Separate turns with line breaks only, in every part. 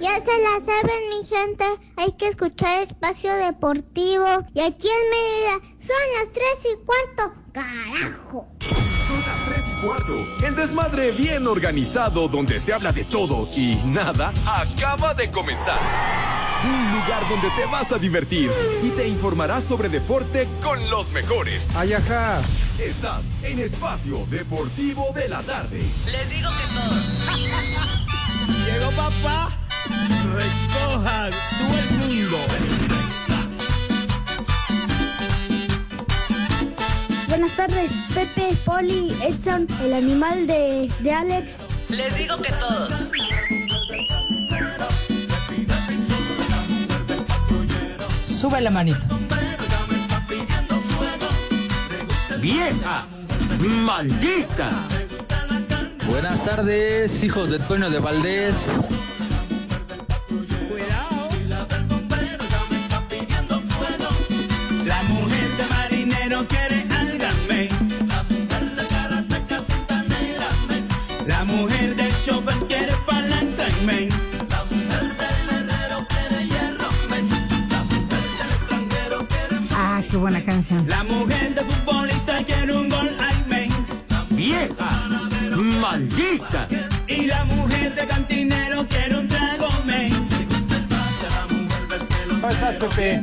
Ya se la saben, mi gente. Hay que escuchar espacio deportivo. Y aquí en Mérida son las tres y cuarto. ¡Carajo!
Son las 3 y cuarto. El desmadre bien organizado donde se habla de todo y nada acaba de comenzar. Un lugar donde te vas a divertir y te informarás sobre deporte con los mejores.
Ay, ajá.
Estás en Espacio Deportivo de la Tarde.
Les digo que todos.
Llegó papá. Recojan todo el mundo.
Buenas tardes, Pepe, Poli, Edson, el animal de, de Alex.
Les digo que todos.
Sube la manito.
vieja, maldita.
Buenas tardes, hijos de Toño de Valdés.
Cuidado. La mujer de marinero quiere álgame. La mujer del chofer quiere palancarme.
Ah, qué buena canción.
La mujer del futbolista quiere un gol, ay, men.
Vieja, maldita.
Y la mujer de cantinero quiere un trago, men.
¿Cómo estás, Pepe?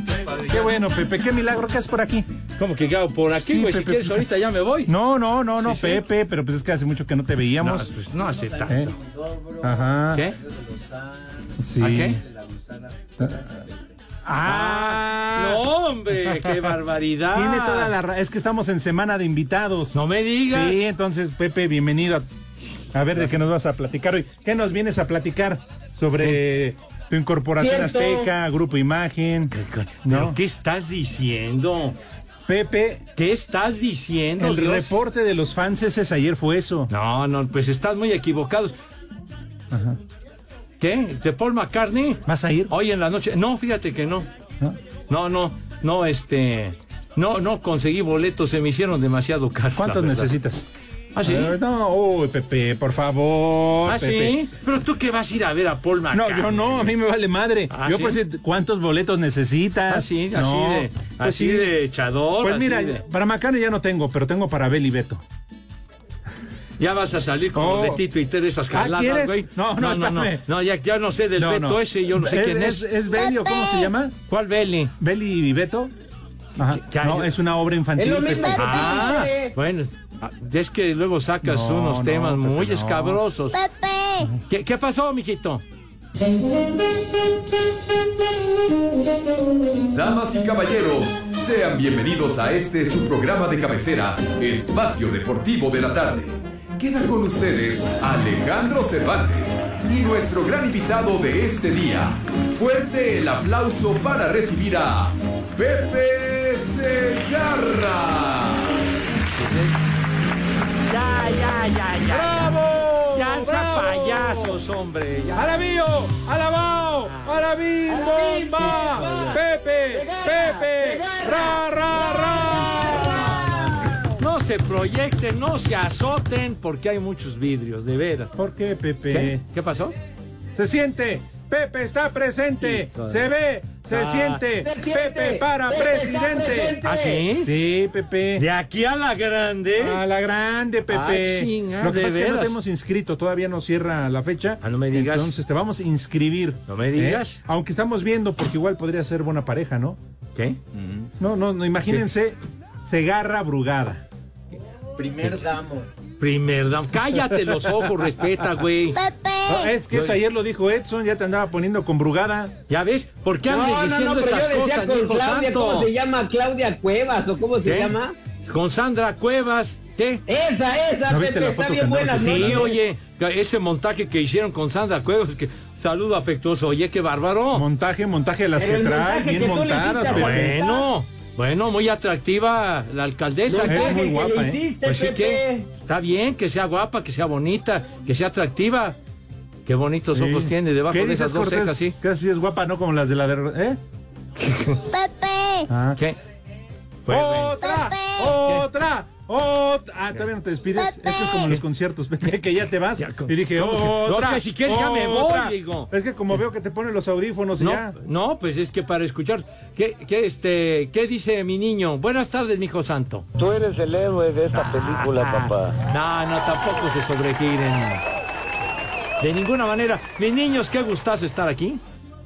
Qué bueno, Pepe. Qué milagro que es por aquí.
¿Cómo que Gabo? Por aquí,
Sí,
güey. si
Pepe,
quieres,
Pepe.
ahorita ya me voy.
No, no, no, no,
Sí, sí.
Pepe, pero pues es que hace mucho que no te
No,
veíamos.
pues no hace tanto.
¿Eh? Ajá.
¿Qué?
Sí.
¿A qué?
Ah,
No, hombre, qué barbaridad.
tiene toda la ra- Es que estamos en semana de invitados.
No me digas.
Sí, entonces, Pepe, bienvenido. A, a ver de qué nos vas a platicar hoy. ¿Qué nos vienes a platicar sobre tu incorporación azteca, Grupo Imagen?
¿Pero
No.
¿Qué estás diciendo?
Pepe,
¿Qué estás diciendo?
el
Dios?
reporte de los fans ese ayer fue eso.
No, no, pues estás muy equivocados. ¿Qué? ¿De Paul McCartney?
¿Vas a ir?
Hoy en la noche. No, fíjate que no. No, no, no, este. No, no conseguí boletos, se me hicieron demasiado caros. la
¿Cuántos
verdad.
necesitas?
Ah, sí.
Eh, No, uy, Pepe, por favor.
Ah,
Pepe.
sí. Pero tú qué vas a ir a ver a Paul
No,
McCartney.
yo no, a mí me vale madre.
Ah,
yo
¿sí?
pues, ¿cuántos boletos necesitas?
Así, así
No,
de,
pues
así
sí.
de echador.
Pues
así
mira,
de-
para Macano ya no tengo, pero tengo para Abel y Beto.
ya vas a salir con
Oh.
los de Tito y Tere esas
Ah,
jaladas,
¿quieres?
güey.
No, no,
no, no,
espérame.
No, ya, ya no sé del Beto ese, yo no sé quién es.
¿Es Beli o cómo se llama?
¿Cuál Beli?
¿Beli y Beto? Ajá.
¿Qué hay?
No, es una obra infantil. Pepe.
Ah, bueno, ah, es que luego sacas
No,
unos
no,
temas
Pepe,
muy
no.
escabrosos.
Pepe.
¿Qué, qué pasó, mijito?
Damas y caballeros, sean bienvenidos a este su programa de cabecera, Espacio Deportivo de la Tarde. Queda con ustedes Alejandro Cervantes y nuestro gran invitado de este día. Fuerte el aplauso para recibir a Pepe Segarra.
Ya, ya, ya, ya. ¡Bravo! Ya, alza payasos, hombre. Ah. ¡Alabío!
oh,
¡Alabao! ¡Alabín! ¡Bomba! ¡Pepe! ¡Pepe! ¡Ra, ra, ra! No se proyecten, no se azoten, porque hay muchos vidrios, de veras.
¿Por qué, Pepe?
¿Qué? ¿Qué pasó?
Se siente. Pepe está presente.
Hijo de-
Se ve. Se
Ah.
siente. Pepe para presidente.
¿Ah, sí?
Sí, Pepe.
De aquí a la grande.
A la grande, Pepe.
Ah, chinga,
Lo que
¿de
pasa es que no te
veras?
hemos inscrito, todavía no cierra la fecha.
Ah, no me digas.
Entonces te vamos a inscribir.
No me digas.
¿eh? Aunque estamos viendo, porque igual podría ser buena pareja, ¿no?
¿Qué?
No, no, no, imagínense, Segarra Brugada.
Primer damo.
Primer dam. Cállate los ojos, respeta, güey.
No,
Pepe.
es que eso ayer lo dijo Edson, ya te andaba poniendo con Brugada.
¿Ya ves? ¿Por qué andes diciendo esas cosas, hijo santo?
¿cómo se llama? Claudia Cuevas, ¿o cómo se
¿Qué?
llama?
Con Sandra Cuevas. ¿Qué?
Esa, esa,
¿No viste
Pepe,
la
está
foto que
bien
andabas
buena,
Sí,
haciendo?
¿no?
oye, ese montaje que hicieron con Sandra Cuevas, que Saludo afectuoso. Oye, qué bárbaro.
Montaje, montaje de las
Pero
que
el
trae,
montaje
bien
que tú le
montadas.
hiciste a
Pepe.
Pepe. Bueno, bueno, muy atractiva la alcaldesa.
Montaje
¿qué?
que le hiciste,
Pues sí que
Pepe.
está bien que sea guapa, que sea bonita, que sea atractiva. Qué bonitos ojos
Sí.
tiene debajo
¿Qué
de esas dos
dices, Cortés?
cejas, sí.
Casi es guapa, ¿no? Como las de la de... ¿Eh?
Pepe.
Ah.
¿Qué?
¡Otra! ¡Otra! ¡Otra! Ah, todavía no te despides. Es que es como los conciertos, Pepe, que ya te vas. Y dije,
¿Cómo que-
¡otra!
No, que si quieres ya me voy,
otra".
digo.
Es que como veo que te ponen los audífonos y
No,
ya.
no, pues es que para escuchar. ¿Qué, qué, este, ¿Qué dice mi niño? Buenas tardes, mijo santo.
Tú eres el héroe de esta película, papá.
No, no, tampoco se sobregiren. De ninguna manera. Mis niños, qué gustazo estar aquí.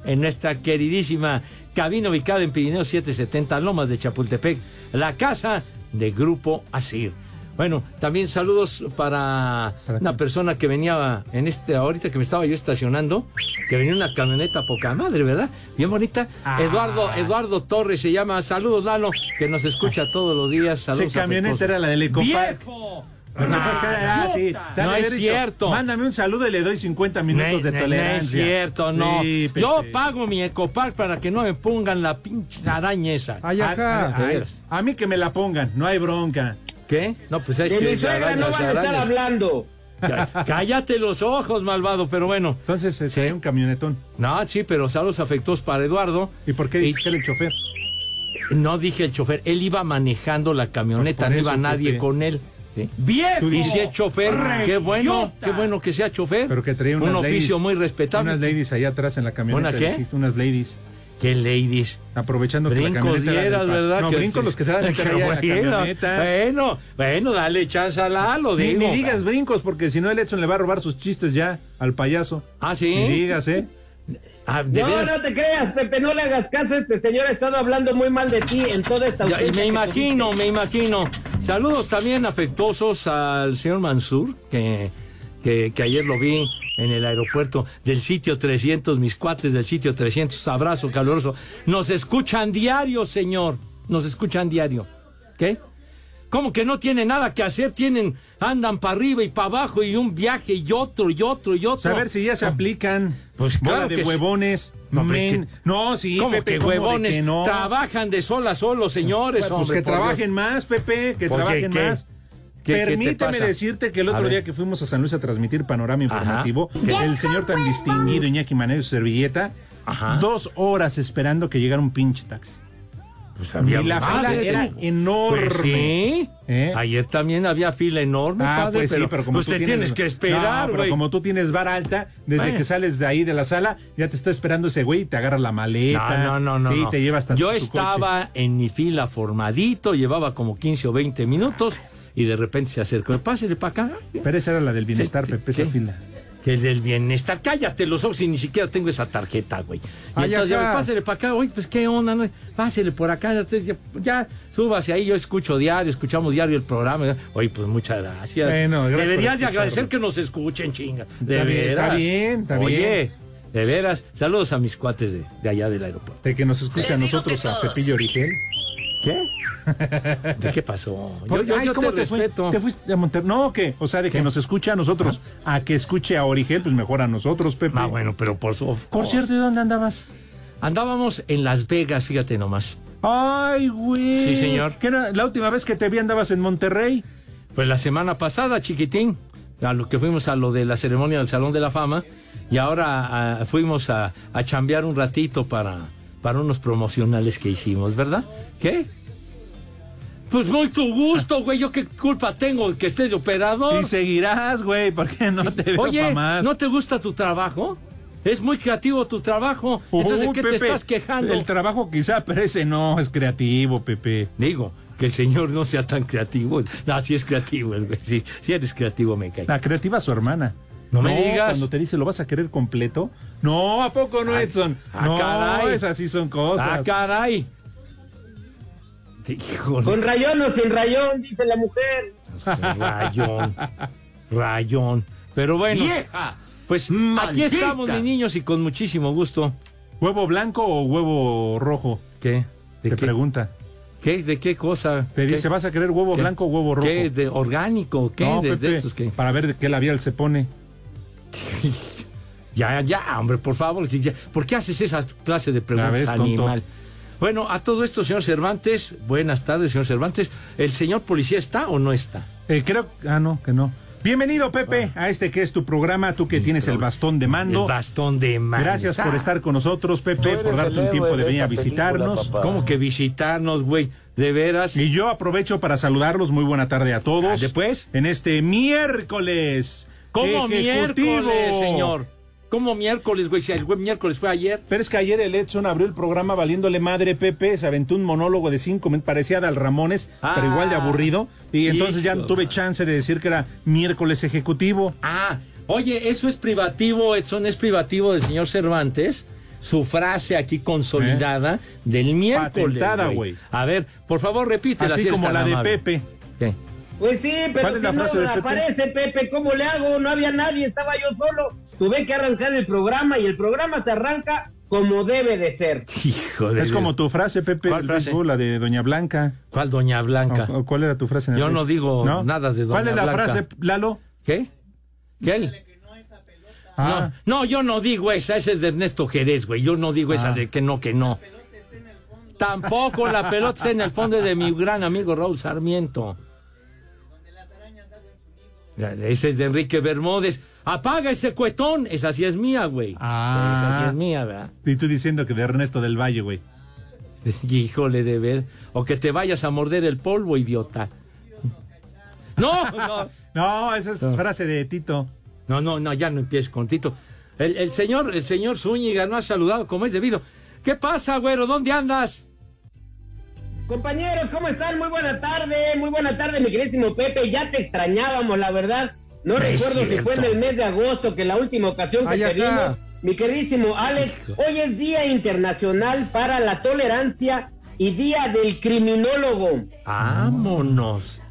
En nuestra queridísima cabina ubicada en Pirineo 770 Lomas de Chapultepec. La casa de Grupo Asir. Bueno, también saludos para una persona que venía en este, ahorita que me estaba yo estacionando, que venía una camioneta poca madre, ¿verdad? Bien bonita.
Ah.
Eduardo, Eduardo Torres se llama. Saludos, Lalo, que nos escucha todos los días. Saludos.
Sí, camioneta
afectuosos.
era la del Ecopark.
¡Viejo!
Lo que pasa es que era- ah, sí, te han
No
de haber
es
dicho,
cierto.
Mándame un saludo y le doy 50 minutos de
No, no,
tolerancia.
No es cierto, no.
Sí, Pepe.
Yo pago mi ecopark para que no me pongan la pinche araña esa.
Ay, ajá.
Ah, ah, de veras.
A mí que me la pongan, no hay bronca.
¿Qué? No, pues es
De
que
mi suegra
arañas,
no van a estar
arañas.
hablando.
Cá- Cállate los ojos, malvado, pero bueno.
Entonces se trae un camionetón.
No, sí, pero saludos afectuosos para Eduardo.
¿Y por qué dices que era el chofer?
No dije el chofer, él iba manejando la camioneta,
Pues por
no
eso,
iba nadie
Pepe.
con él. ¿sí? Y si es chofer, qué bueno, qué bueno que sea chofer.
Pero que traía unas
un oficio
ladies,
muy respetable.
Unas ladies allá atrás en la camioneta.
¿Una qué?
dijiste, Unas ladies.
¿Qué ladies?
Aprovechando que la
Brincos
camioneta era del
dieras,
pa-
¿verdad?
No, brincos los que estaban
que
en la
bueno, Eh,
camioneta.
Bueno, bueno, dale chance a Lalo,
Ni,
digo.
ni digas brincos, porque si no el Edson le va a robar sus chistes ya al payaso.
Ah, ¿sí?
Ni digas, ¿eh?
Ah, de
No,
veras.
no te creas, Pepe, no le hagas caso. Este señor ha estado hablando muy mal de ti en toda esta
Ya, y
ausencia
me
que
imagino, me imagino. Saludos también afectuosos al señor Mansur, que, que, que ayer lo vi en el aeropuerto del sitio 300, mis cuates del sitio 300, abrazo caluroso. Nos escuchan diario, señor, nos escuchan diario. ¿Qué? ¿Cómo que no tienen nada que hacer? Tienen, andan para arriba y para abajo y un viaje y otro y otro y otro.
A ver si ya se aplican.
Pues
Bola
claro
de
que sí.
huevones.
No,
No,
hombre,
men.
que-
no sí,
¿Cómo
Pepe,
que
¿cómo de
huevones?
que no?
Trabajan de sol a sol los señores,
Pues
hombre,
que
por Dios.
trabajen más, Pepe, que
¿Por qué?
trabajen
¿Qué?
más.
¿Qué- qué te
Permíteme
pasa?
decirte que el
A
otro
ver.
día que fuimos a San Luis a transmitir Panorama Informativo, el señor tan distinguido Iñaki Manero y su servilleta, dos horas esperando que llegara un pinche taxi.
había
y la
más,
fila
¿eh?
era enorme. ¿Eh?
Pues sí. Ayer también había fila enorme,
Ah,
padre,
pues sí,
pero,
pero como
usted
tú
tienes que esperar,
No, pero
güey.
como tú tienes vara alta, desde
Bueno.
que sales de ahí de la sala, ya te está esperando ese güey y te agarra la maleta.
No, no, no, no,
Sí,
no.
te lleva hasta
Yo
tu coche.
estaba en mi fila formadito, llevaba como 15 o 20 minutos y de repente se acercó. Pásele para acá.
Pero esa era la del bienestar, Pepe, esa fila.
Que el del bienestar. Cállate los ojos y ni siquiera tengo esa tarjeta, güey. Y
Ay,
entonces ya,
ajá.
me, pásele para acá, oye, pues qué onda, no? pásele por acá, ya, ya, ya, súbase ahí, yo escucho diario, escuchamos diario el programa. ¿no? Oye, pues muchas gracias.
Bueno, gracias por
Deberías de
escucharlo.
agradecer que nos escuchen, chinga. De
Está bien,
veras.
está bien, está
Oye,
bien.
de veras. Saludos a mis cuates de, de allá del aeropuerto.
De que nos escucha a nosotros a Pepillo Origel.
¿Qué? ¿De qué pasó? Yo,
Por-
yo,
ay,
yo te,
¿cómo fue?
respeto.
¿Te fuiste a Monterrey? No, ¿qué? O sea, de que nos escucha a nosotros, a que escuche a Origel, pues mejor a nosotros, Pepe. Ah,
bueno, pero por su...
Por cierto, ¿y dónde andabas?
Oh. Andábamos en Las Vegas, fíjate nomás.
Ay, güey.
Sí, señor.
¿Qué era? La última vez que te vi andabas en Monterrey.
Pues la semana pasada, chiquitín, a lo que fuimos a lo de la ceremonia del Salón de la Fama, y ahora ah, fuimos a, a chambear un ratito para, para unos promocionales que hicimos, ¿verdad? ¿Qué? Pues muy tu gusto, güey. Yo qué culpa tengo de que estés de operador.
Y seguirás, güey, porque no te veo
Oye,
pa' más.
¿no te gusta tu trabajo? Es muy creativo tu trabajo. Entonces,
Uy,
¿qué te
Pepe,
estás quejando?
El trabajo quizá, pero ese no es creativo, Pepe.
Digo, que el señor no sea tan creativo. No, sí es creativo, el güey. Sí, sí eres creativo, me cae.
La creativa es su hermana.
No me digas.
Cuando te dice, ¿lo vas a querer completo? No, ¿a poco no, Edson?
ah,
no,
caray.
esas sí son cosas.
¡Ah, caray! Híjole.
escuché. Con rayón o sin rayón, dice la mujer.
Rayón. Rayón. Pero bueno.
¡Vieja!
Pues aquí
¡Maldita!
estamos, mis niños, y con muchísimo gusto.
¿Huevo blanco o huevo rojo?
¿Qué?
Te pregunta.
¿Qué? ¿De qué cosa?
Te
¿Qué?
dice, ¿vas a querer huevo
¿Qué?
blanco o huevo rojo?
¿Qué? ¿De orgánico? ¿Qué?
No,
de, de
Pepe,
estos que.
Para ver de qué labial se pone.
Ya, ya, hombre, por favor. ya. ¿Por qué haces esa clase de preguntas,
ves, tonto.
animal? Bueno, a todo esto, señor Cervantes, buenas tardes, señor Cervantes. ¿El señor policía está o no está?
Eh, creo, ah, no, que no. Bienvenido, Pepe, a este que es tu programa, tú que tienes el bastón de mando.
Ah. El bastón de mando.
Gracias por estar con nosotros, Pepe, por darte un tiempo de venir a visitarnos.
¿Cómo que visitarnos, güey? De veras. Ah,
Y yo aprovecho para saludarlos. Muy buena tarde a todos.
después.
En este miércoles.
pues? ¿Cómo
ejecutivo.
miércoles, señor? ¿Cómo miércoles, güey? Si el güey miércoles fue ayer.
Pero es que ayer el Edson abrió el programa valiéndole madre Pepe, se aventó un monólogo de cinco minutos, parecía Dal Ramones,
Ah.
pero igual de aburrido. Y entonces ya
Hijo,
tuve chance de decir que era miércoles ejecutivo.
Ah, oye, eso es privativo, eso no es privativo del señor Cervantes. Su frase aquí consolidada del miércoles.
Eh. Patentada, güey.
A ver, por favor, repítela.
Así
si eres
como
tan
la de
amable.
Pepe.
¿Qué?
Pues sí, pero
¿Cuál es
si
la frase
no
de Pepe?
aparece Pepe, ¿cómo le hago? No había nadie, estaba yo solo. Tuve que arrancar el programa y el programa se arranca como debe de ser.
Hijo de
Es como tu frase, Pepe,
¿Cuál
el
frase?
béisbol, la de Doña Blanca.
¿Cuál Doña Blanca?
¿O- o ¿Cuál era tu frase? en el
Yo no
béisbol?
digo
¿No?
nada de Doña
¿Cuál es la
Blanca.
frase, Lalo?
¿Qué? ¿Qué? él?
Ah,
No, no, yo no digo esa, esa es de Ernesto Jerez, güey. Yo no digo esa
Ah.
de que no, que no. Tampoco la pelota está en el fondo es de mi gran amigo Raúl Sarmiento. Ya, Ese es de Enrique Bermúdez. Apaga ese cuetón. Esa sí es mía, güey. Esa sí Pues es mía, ¿verdad?
y tú diciendo que de Ernesto del Valle, güey.
Híjole de ver. O que te vayas a morder el polvo, idiota. No, no.
No, esa es
No.
frase de Tito.
No, no, no, ya no empieces con Tito. El, el señor, el señor Zúñiga no ha saludado como es debido. ¿Qué pasa, güero? ¿Dónde andas?
Compañeros, ¿cómo están? Muy buena tarde, muy buena tarde, mi queridísimo Pepe. Ya te extrañábamos, la verdad. No
Es
recuerdo si
cierto.
fue en el mes de agosto que la última ocasión que
Ay,
te
ajá.
vimos. Mi queridísimo Alex, hoy es Día Internacional para la Tolerancia y Día del Criminólogo.
Vámonos.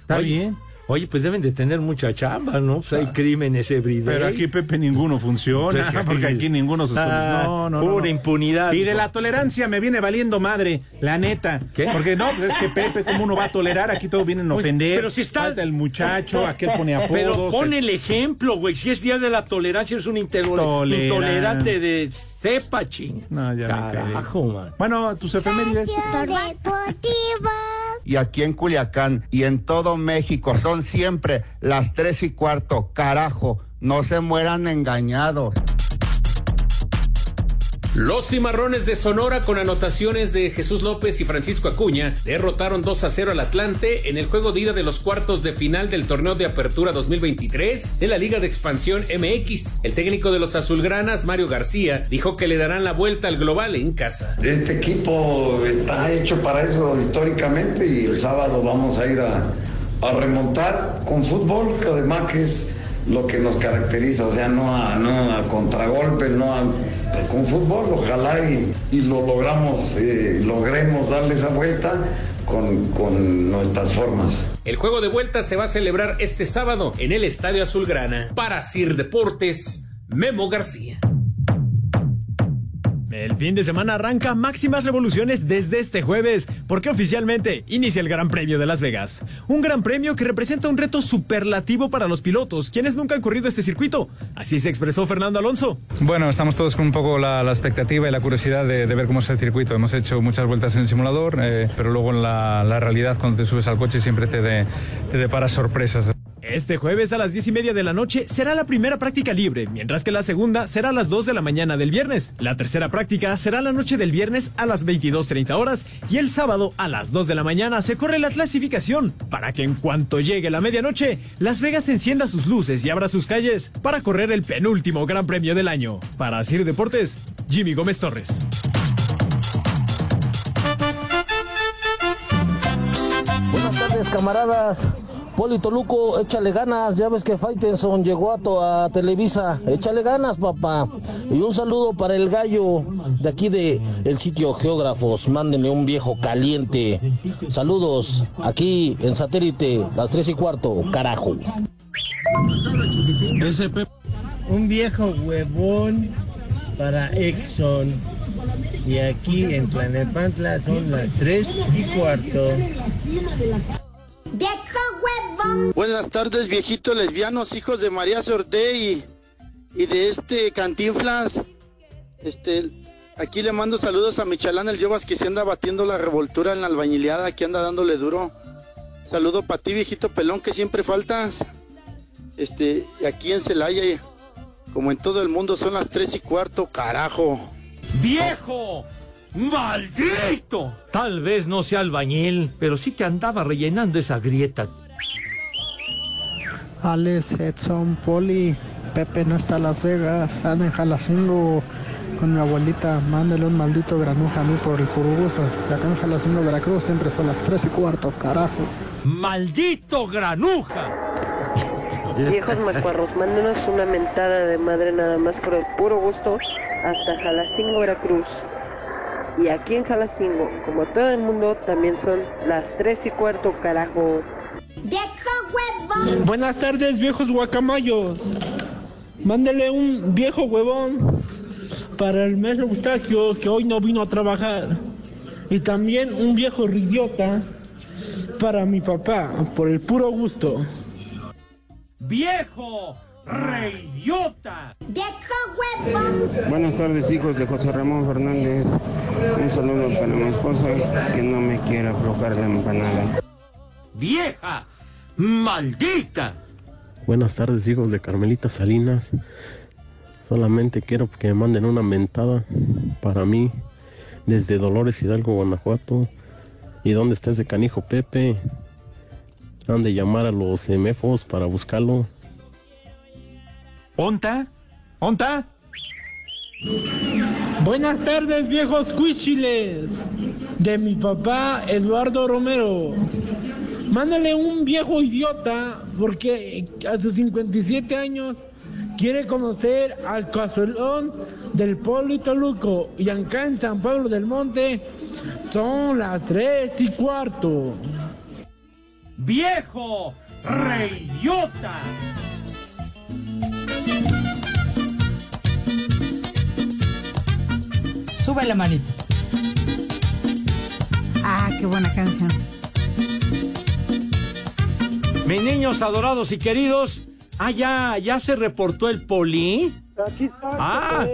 Está
Oye,
bien. Ah.
Oye, pues deben de tener mucha chamba, ¿no? Pues hay crímenes everyday.
Pero aquí, Pepe, ninguno funciona.
Entonces,
porque aquí ninguno se
Ah,
soluciona. No, no, no,
Pura
no.
impunidad.
Y de la tolerancia me viene valiendo madre, la neta.
¿Qué?
Porque no, pues es que Pepe, ¿cómo uno va a tolerar? Aquí todos vienen a
Uy,
ofender.
pero si está-
Falta el muchacho, aquel pone apodos. eh.
Pero
el-
pon el ejemplo, güey. Si es día de la tolerancia, es un intero-
Tolerante.
intolerante de cepa, ching.
No, ya me caí.
Carajo, man.
Bueno, tus efemérides.
Deportivos.
Y aquí en Culiacán y en todo México son siempre las tres y cuarto. Carajo, no se mueran engañados.
Los cimarrones de Sonora, con anotaciones de Jesús López y Francisco Acuña, derrotaron 2 a 0 al Atlante en el juego de ida de los cuartos de final del torneo de Apertura 2023 de la Liga de Expansión MX. El técnico de los azulgranas, Mario García, dijo que le darán la vuelta al global en casa.
Este equipo está hecho para eso históricamente y el sábado vamos a ir a, a remontar con fútbol, que además que es lo que nos caracteriza, o sea, no a, no a contragolpes, no a, con fútbol, ojalá y, y lo logramos, eh, logremos darle esa vuelta con, con nuestras formas.
El juego de vuelta se va a celebrar este sábado en el Estadio Azulgrana. Para Sir Deportes, Memo García.
El fin de semana arranca máximas revoluciones desde este jueves, porque oficialmente inicia el Gran Premio de Las Vegas. Un gran premio que representa un reto superlativo para los pilotos, quienes nunca han corrido este circuito. Así se expresó Fernando Alonso.
Bueno, estamos todos con un poco la, la expectativa y la curiosidad de, de ver cómo es el circuito. Hemos hecho muchas vueltas en el simulador, eh, pero luego en la, la realidad, cuando te subes al coche, siempre te, de- te depara sorpresas.
Este jueves a las 10 y media de la noche será la primera práctica libre, mientras que la segunda será a las 2 de la mañana del viernes. La tercera práctica será la noche del viernes a las 22.30 horas y el sábado a las 2 de la mañana se corre la clasificación para que en cuanto llegue la medianoche, Las Vegas encienda sus luces y abra sus calles para correr el penúltimo gran premio del año. Para Sir Deportes, Jimmy Gómez Torres.
Buenas tardes, camaradas. Polito Luco, échale ganas. Ya ves que Faitenson llegó a, to- a Televisa. Échale ganas, papá. Y un saludo para el gallo de aquí de el sitio Geógrafos. Mándenle un viejo caliente. Saludos aquí en satélite, las tres y cuarto. Carajo.
Un viejo huevón para Exxon. Y aquí en Tlanepantla son las 3 y cuarto.
Buenas tardes, viejitos lesbianos, hijos de María Sortey.
y de este Cantinflas. Este, aquí le mando saludos a Michalán el Yobas que se anda batiendo la revoltura en la albañileada, que anda dándole duro. Saludo para ti, viejito pelón, que siempre faltas. Este, aquí en Celaya, como en todo el mundo, son las tres y cuarto, carajo.
¡Viejo! ¡Maldito! Tal vez no sea albañil, pero sí te andaba rellenando esa grieta.
Alex, Edson, Poli, Pepe no está en Las Vegas, anda en Jalacingo con mi abuelita, mándale un maldito granuja a mí por el Curubusa. La acá en Jalacingo, Veracruz, siempre son las 3 y cuarto, carajo.
¡Maldito granuja!
Viejos macuarros, mándenos una mentada de madre nada más por el puro gusto hasta Jalacingo, Veracruz. Y aquí en Jalacingo, como todo el mundo, también son las 3 y cuarto, carajo.
Buenas tardes, viejos guacamayos. Mándele un viejo huevón para el maestro Eustaquio, que hoy no vino a trabajar. Y también un viejo idiota para mi papá, por el puro gusto.
¡Viejo! ¡Reidiota!
Buenas tardes, hijos de José Ramón Fernández. Un saludo para mi esposa que no me quiere aflojar la empanada.
¡Vieja! ¡Maldita!
Buenas tardes, hijos de Carmelita Salinas. Solamente quiero que me manden una mentada para mí desde Dolores Hidalgo, Guanajuato. ¿Y dónde está ese canijo Pepe? Han de llamar a los MFOs para buscarlo.
¿Onta? ¿Onta?
Buenas tardes, viejos cuichiles. De mi papá Eduardo Romero. Mándale un viejo idiota porque a sus 57 años quiere conocer al cazuelón del Poli Toluco y acá en San Pablo del Monte son las 3 y cuarto.
¡Viejo! ¡Reidiota!
Sube la manita. Ah, qué buena canción.
Mis niños adorados y queridos, ah, ya, ya se reportó el poli.
Aquí está.
Ah,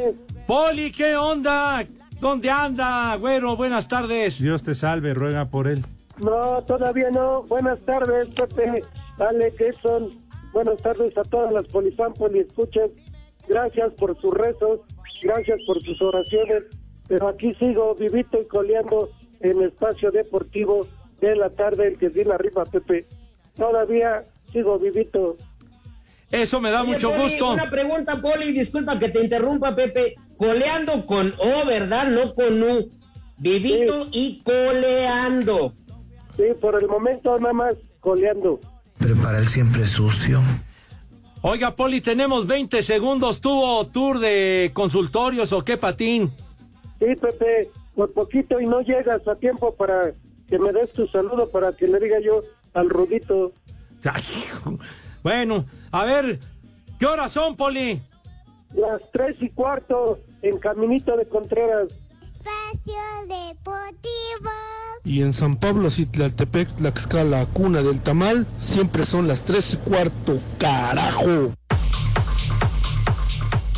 poli, ¿qué onda? ¿Dónde anda, güero? Buenas tardes.
Dios te salve, ruega por él.
No, todavía no. Buenas tardes, Pepe, Alex, Edson. Buenas tardes a todas las polipámpolis. Escuchen, gracias por sus rezos, gracias por sus oraciones. Pero aquí sigo vivito y coleando en el espacio deportivo de la tarde, el que viene arriba, Pepe. Todavía sigo vivito.
Eso me da
Oye,
mucho
Poli,
gusto.
Una pregunta, Poli, disculpa que te interrumpa, Pepe. Coleando con O, ¿verdad? No con U. Vivito y coleando.
Sí, por el momento nada más coleando.
Prepara el siempre sucio.
Oiga, Poli, tenemos 20 segundos. ¿Tuvo tour de consultorios o qué patín?
Sí, Pepe, por poquito y no llegas a tiempo para que me des tu saludo, para que le diga yo al Rudito.
Ay, hijo. Bueno, a ver, ¿qué horas son, Poli?
Las tres y cuarto en Caminito de Contreras.
Y en San Pablo, Citlaltepec, Tlaxcala, cuna del tamal, siempre son las 3 y cuarto, carajo.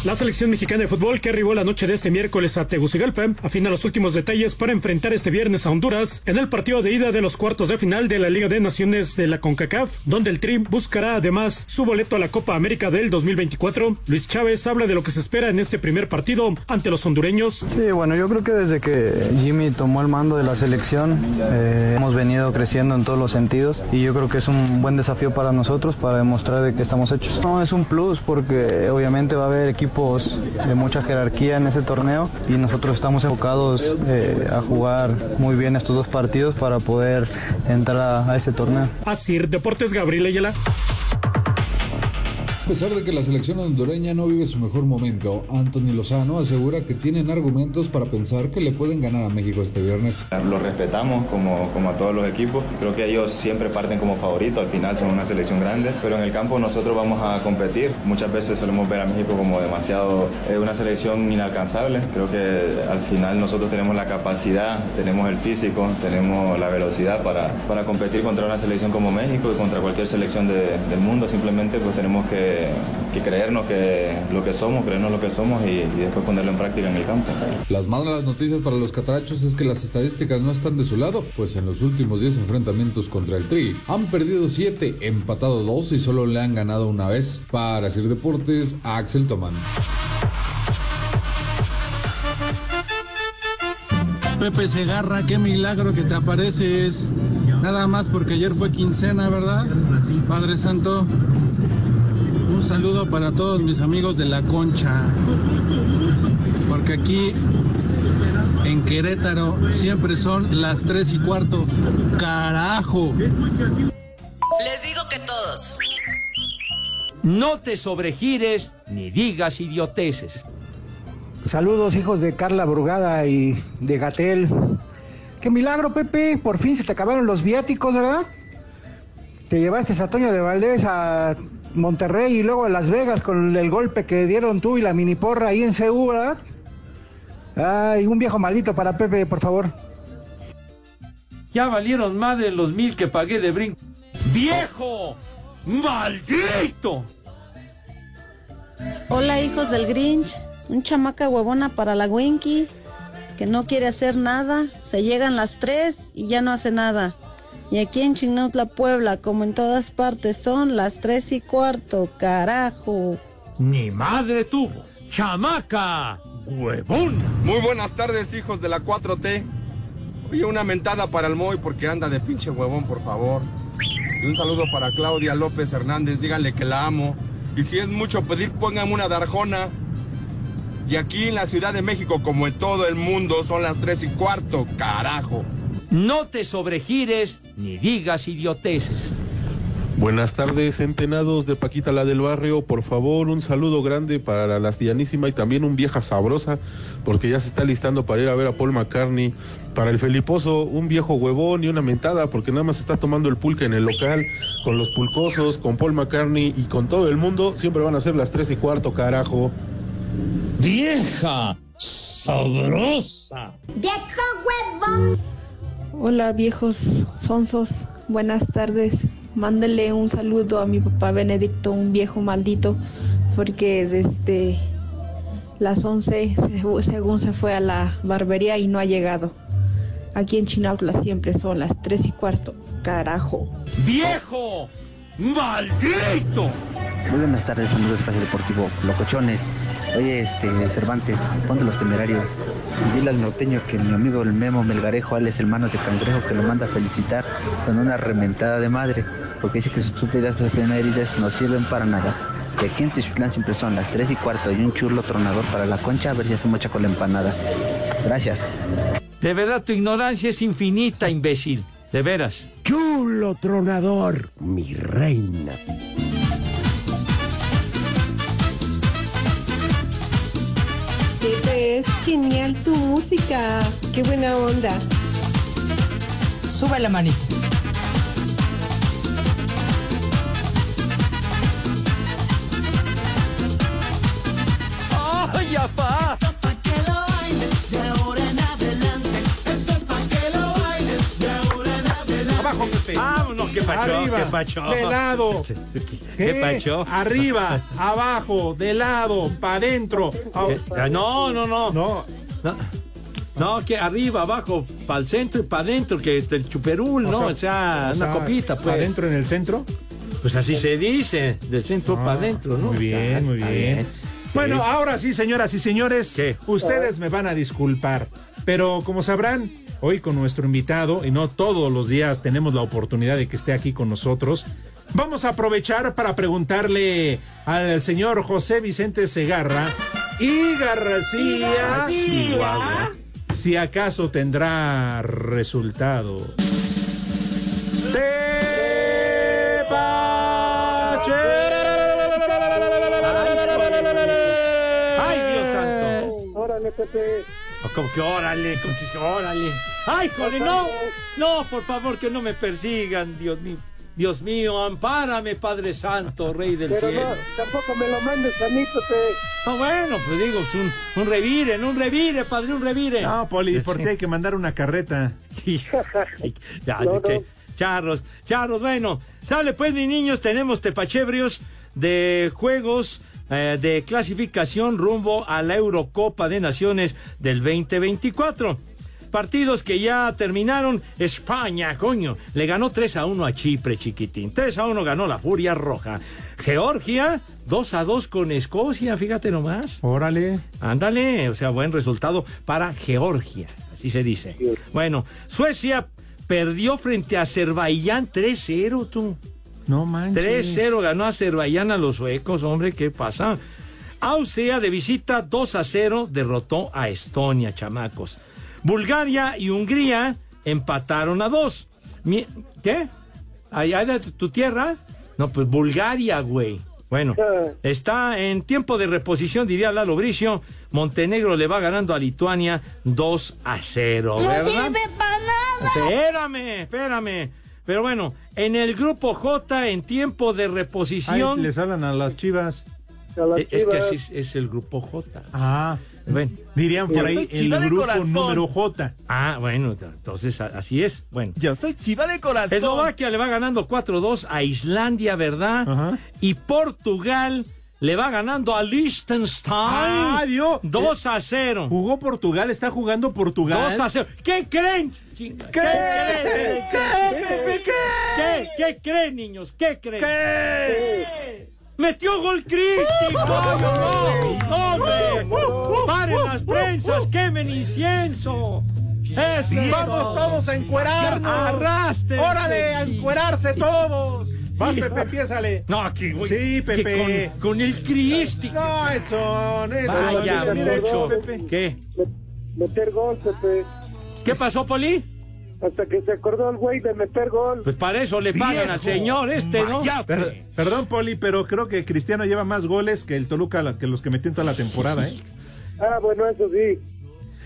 La selección mexicana de fútbol que arribó la noche de este miércoles a Tegucigalpa afina los últimos detalles para enfrentar este viernes a Honduras en el partido de ida de los cuartos de final de la Liga de Naciones de la CONCACAF, donde el Tri buscará además su boleto a la Copa América del 2024. Luis Chávez habla de lo que se espera en este primer partido ante los hondureños.
Sí, bueno, yo creo que desde que Jimmy tomó el mando de la selección eh, hemos venido creciendo en todos los sentidos y yo creo que es un buen desafío para nosotros para demostrar de qué estamos hechos. No, es un plus porque obviamente va a haber equipos de mucha jerarquía en ese torneo y nosotros estamos enfocados eh, a jugar muy bien estos dos partidos para poder entrar a- a ese torneo.
Así, Deportes Gabriel Ayala.
A pesar de que la selección hondureña no vive su mejor momento, Anthony Lozano asegura que tienen argumentos para pensar que le pueden ganar a México este viernes.
Los respetamos como, como a todos los equipos. Creo que ellos siempre parten como favoritos, al final son una selección grande, pero en el campo nosotros vamos a competir. Muchas veces solemos ver a México como demasiado, eh, una selección inalcanzable. Creo que al final nosotros tenemos la capacidad, tenemos el físico, tenemos la velocidad para, para competir contra una selección como México y contra cualquier selección de- del mundo. Simplemente pues tenemos que que, que creernos que lo que somos, creernos lo que somos y, y después ponerlo en práctica en el campo.
Las malas noticias para los catarachos es que las estadísticas no están de su lado, pues en los últimos 10 enfrentamientos contra el Tri han perdido 7, empatado 2 y solo le han ganado una vez. Para hacer deportes, Axel Tomán.
Pepe Segarra, Ah, qué milagro que te apareces. Nada más porque ayer fue quincena, ¿verdad? Padre Santo, un saludo para todos mis amigos de la concha. Porque aquí en Querétaro siempre son las 3 y cuarto. ¡Carajo!
Les digo que todos.
No te sobregires ni digas idioteces.
Saludos, hijos de Carla Brugada y de Gatel. Qué milagro, Pepe. Por fin se te acabaron los viáticos, ¿verdad? Te llevaste a Toño de Valdés a Monterrey y luego a Las Vegas con el golpe que dieron tú y la mini porra ahí en CU, ¿verdad? Ay, un viejo maldito para Pepe, por favor.
Ya valieron más de los mil que pagué de brinco.
¡Viejo! ¡Maldito!
Hola hijos del Grinch, un chamaca huevona para la Winky, que no quiere hacer nada, se llegan las 3 y ya no hace nada. Y aquí en Chignautla, Puebla, como en todas partes, son las 3 y cuarto, carajo.
Ni madre tuvo. ¡Chamaca! ¡Huevón!
Muy buenas tardes, hijos de la 4T. Oye, una mentada para el Moy porque anda de pinche huevón, por favor. Y un saludo para Claudia López Hernández, díganle que la amo. Y si es mucho pedir, pónganme una darjona. Y aquí en la Ciudad de México, como en todo el mundo, son las 3 y cuarto, carajo.
No te sobregires ni digas idioteces.
Buenas tardes, centenados de Paquita la del barrio. Por favor, un saludo grande para la Dianísima y también un vieja sabrosa, porque ya se está listando para ir a ver a Paul McCartney. Para el Feliposo, un viejo huevón y una mentada, porque nada más está tomando el pulque en el local, con los pulcosos, con Paul McCartney y con todo el mundo. Siempre van a ser las tres y cuarto, carajo.
¡Vieja sabrosa!
¡Viejo huevón! Hola, viejos sonsos. Buenas tardes. Mándele un saludo a mi papá Benedicto, un viejo maldito, porque desde las 11, se- según se fue a la barbería y no ha llegado. Aquí en Chinautla siempre son las 3 y cuarto. Carajo.
¡Viejo! ¡Maldito!
Muy buenas tardes, amigos de Espacio Deportivo, locochones. Oye, este, Cervantes, ponte los temerarios. Y Dile al norteño que mi amigo el Memo Melgarejo, Alex Hermanos de Cangrejo, que lo manda a felicitar con una rementada de madre, porque dice que sus estúpidas pues, heridas no sirven para nada. De aquí en Tichulán siempre son las 3 y cuarto y un churlo tronador para la concha, a ver si hace mocha con la empanada. Gracias.
De verdad, tu ignorancia es infinita, imbécil. De veras.
Chulo tronador, mi reina.
Pepe, es genial tu música. Qué buena onda.
Sube la manita.
¡Ay, apá! Esto pa' que lo bailes de ahora en adelante. Esto es pa' que lo bailes de ahora en adelante.
Abajo, Pepe.
Vámonos, qué pacho,
Arriba,
qué pacho.
de lado.
¿Qué
¿Eh?
pacho?
Arriba, abajo, de lado, para adentro.
¿Qué? Ah, No, no, no. No. No, que arriba, abajo, para el centro y para adentro, que es el chuperul, ¿no? O sea, una copita, pues.
¿Para adentro en el centro? Ah,
Pues así se dice, del centro para adentro, ¿no?
Muy bien, muy
Está
bien. Bueno,
Sí.
ahora sí, señoras y señores, ustedes me van a disculpar, pero como sabrán, hoy con nuestro invitado, y no todos los días tenemos la oportunidad de que esté aquí con nosotros, vamos a aprovechar para preguntarle al señor José Vicente Segarra y García
Y García.
Chihuahua, si acaso tendrá resultado.
¡Ay, Dios santo!
Eh, Órale, Pepe.
Ah, Como que órale, como que órale. ¡Ay, jole, no! No, por favor, que no me persigan, Dios mío. Dios mío, ampárame, Padre Santo, Rey del
Pero
Cielo.
no, tampoco me lo mandes a mí, Pepe.
Ah, bueno, pues digo, es un, un revire, un revire, padre, un revire.
No, Poli, ¿por qué hay que mandar una carreta?
Ya,
No,
que- Charros, charros, bueno, sale pues mis niños, tenemos tepachebrios, de juegos eh, de clasificación rumbo a la Eurocopa de Naciones del 2024. Partidos que ya terminaron. España, coño, le ganó 3 a 1 a Chipre, chiquitín. 3 a 1 ganó la Furia Roja. Georgia, 2 a 2 con Escocia, fíjate nomás.
Órale.
Ándale, o sea, buen resultado para Georgia, así se dice. Bueno, Suecia perdió frente a Azerbaiyán 3-0, tú.
No manches.
3-0 ganó Azerbaiyán a los suecos, hombre, ¿qué pasa? Austria de visita 2 a 0 derrotó a Estonia, chamacos. Bulgaria y Hungría empataron a 2. Mi- ¿Qué? ¿Allá de tu tierra? No, pues Bulgaria, güey. Bueno, está en tiempo de reposición, diría Lalo Bricio. Montenegro le va ganando a Lituania 2 a 0, ¿verdad? Espérame, espérame. Pero bueno, en el grupo J, en tiempo de
Ay,
reposición.
les hablan a las chivas.
Eh, Es que así es, es el grupo J.
Ah,
Bueno.
dirían por ahí el grupo número J.
Ah, bueno, t- entonces a- así es. Bueno.
Yo soy chiva de corazón.
Eslovaquia le va ganando 4-2 a Islandia, ¿verdad? Y Portugal le va ganando a Liechtenstein.
Ah, vio.
2 a 0.
Jugó Portugal, está jugando Portugal.
2 a 0. ¿Qué creen? Chinga, ¿Qué, creen? ¿Qué, ¿Qué, qué creen, niños? ¿Qué creen? ¡Metió gol Cristi, coño! ¡No! ¡Hombre! ¡Paren las prensas! ¡Quemen incienso! ¡Eso!
Vamos todos
a encuerarnos.
¡Arrastre!
ah. Órale, a encuerarse todos. Vas, Pepe, empiézale.
No, aquí, güey.
Sí, Pepe.
Que Con, con el Cristi.
No, Edson, Edson.
Vaya
Mira, mira,
mucho.
Pepe.
¿Qué?
Meter gol, Pepe.
¿Qué pasó, Poli?
Hasta que se acordó el güey de meter gol.
Pues para eso le pagan
Viejo
al señor este, ¿no?
Per- perdón, Poli, pero creo que Cristiano lleva más goles que el Toluca, la- que los que metió en toda la temporada, ¿eh?
Pues-
Ah, bueno, eso sí.